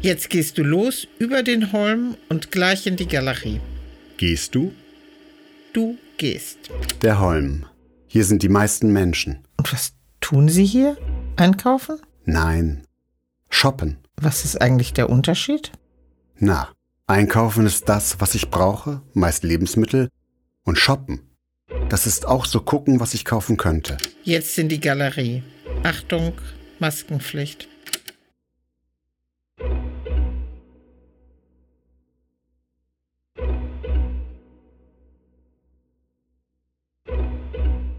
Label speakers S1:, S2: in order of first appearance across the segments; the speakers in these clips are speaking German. S1: Jetzt gehst du los über den Holm und gleich in die Galerie.
S2: Gehst du?
S1: Du gehst.
S3: Der Holm. Hier sind die meisten Menschen.
S1: Und was tun sie hier? Einkaufen?
S3: Nein. Shoppen.
S1: Was ist eigentlich der Unterschied?
S3: Na, einkaufen ist das, was ich brauche, meist Lebensmittel. Und shoppen. Das ist auch so gucken, was ich kaufen könnte.
S1: Jetzt in die Galerie. Achtung, Maskenpflicht.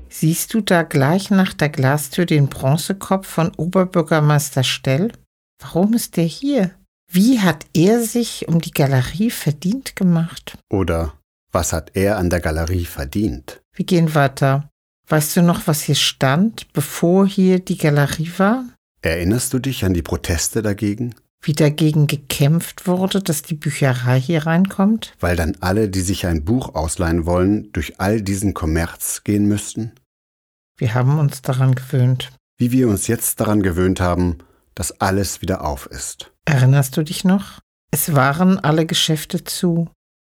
S1: Siehst du da gleich nach der Glastür den Bronzekopf von Oberbürgermeister Stell? Warum ist der hier? Wie hat er sich um die Galerie verdient gemacht?
S3: Oder was hat er an der Galerie verdient?
S1: Wir gehen weiter. Weißt du noch, was hier stand, bevor hier die Galerie war?
S3: Erinnerst du dich an die Proteste dagegen?
S1: Wie dagegen gekämpft wurde, dass die Bücherei hier reinkommt?
S3: Weil dann alle, die sich ein Buch ausleihen wollen, durch all diesen Kommerz gehen müssten?
S1: Wir haben uns daran gewöhnt.
S3: Wie wir uns jetzt daran gewöhnt haben, dass alles wieder auf ist.
S1: Erinnerst du dich noch? Es waren alle Geschäfte zu.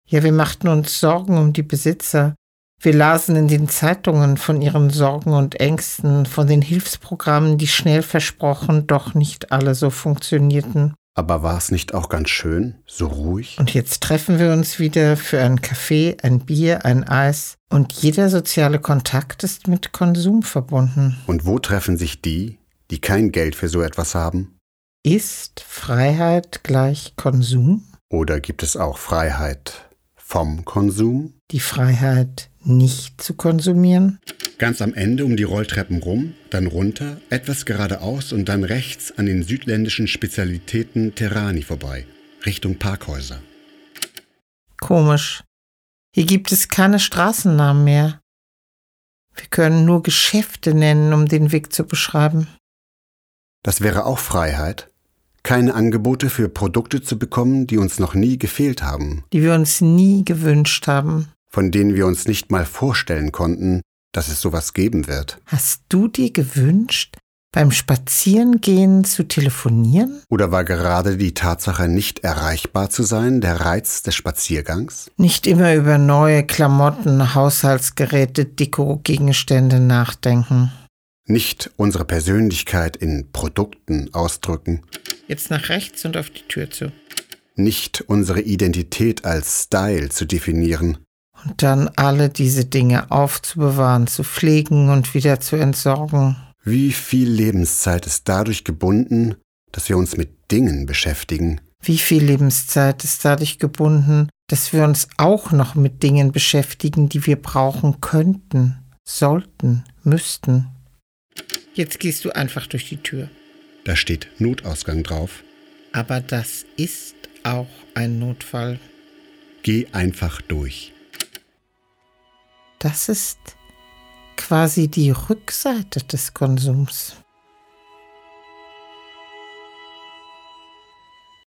S1: Ja, wir machten uns Sorgen um die Besitzer. Wir lasen in den Zeitungen von ihren Sorgen und Ängsten, von den Hilfsprogrammen, die schnell versprochen, doch nicht alle so funktionierten.
S3: Aber war es nicht auch ganz schön, so ruhig?
S1: Und jetzt treffen wir uns wieder für einen Kaffee, ein Bier, ein Eis. Und jeder soziale Kontakt ist mit Konsum verbunden.
S3: Und wo treffen sich die, die kein Geld für so etwas haben?
S1: Ist Freiheit gleich Konsum?
S3: Oder gibt es auch Freiheit vom Konsum?
S1: Die Freiheit, nicht zu konsumieren?
S2: Ganz am Ende um die Rolltreppen rum, dann runter, etwas geradeaus und dann rechts an den südländischen Spezialitäten Terrani vorbei, Richtung Parkhäuser.
S1: Komisch. Hier gibt es keine Straßennamen mehr. Wir können nur Geschäfte nennen, um den Weg zu beschreiben.
S3: Das wäre auch Freiheit, keine Angebote für Produkte zu bekommen, die uns noch nie gefehlt haben,
S1: die wir uns nie gewünscht haben.
S3: von denen wir uns nicht mal vorstellen konnten, dass es sowas geben wird.
S1: Hast du dir gewünscht, beim Spazierengehen zu telefonieren?
S3: Oder war gerade die Tatsache, nicht erreichbar zu sein, der Reiz des Spaziergangs?
S1: Nicht immer über neue Klamotten, Haushaltsgeräte, Deko, Gegenstände nachdenken.
S3: Nicht unsere Persönlichkeit in Produkten ausdrücken,
S1: Jetzt nach rechts und auf die Tür zu.
S3: nicht unsere Identität als Style zu definieren,
S1: Und dann alle diese Dinge aufzubewahren, zu pflegen und wieder zu entsorgen.
S3: Wie viel Lebenszeit ist dadurch gebunden, dass wir uns mit Dingen beschäftigen?
S1: Wie viel Lebenszeit ist dadurch gebunden, dass wir uns auch noch mit Dingen beschäftigen, die wir brauchen könnten, sollten, müssten? Jetzt gehst du einfach durch die Tür.
S2: Da steht Notausgang drauf.
S1: Aber das ist auch ein Notfall.
S2: Geh einfach durch.
S1: Das ist quasi die Rückseite des Konsums.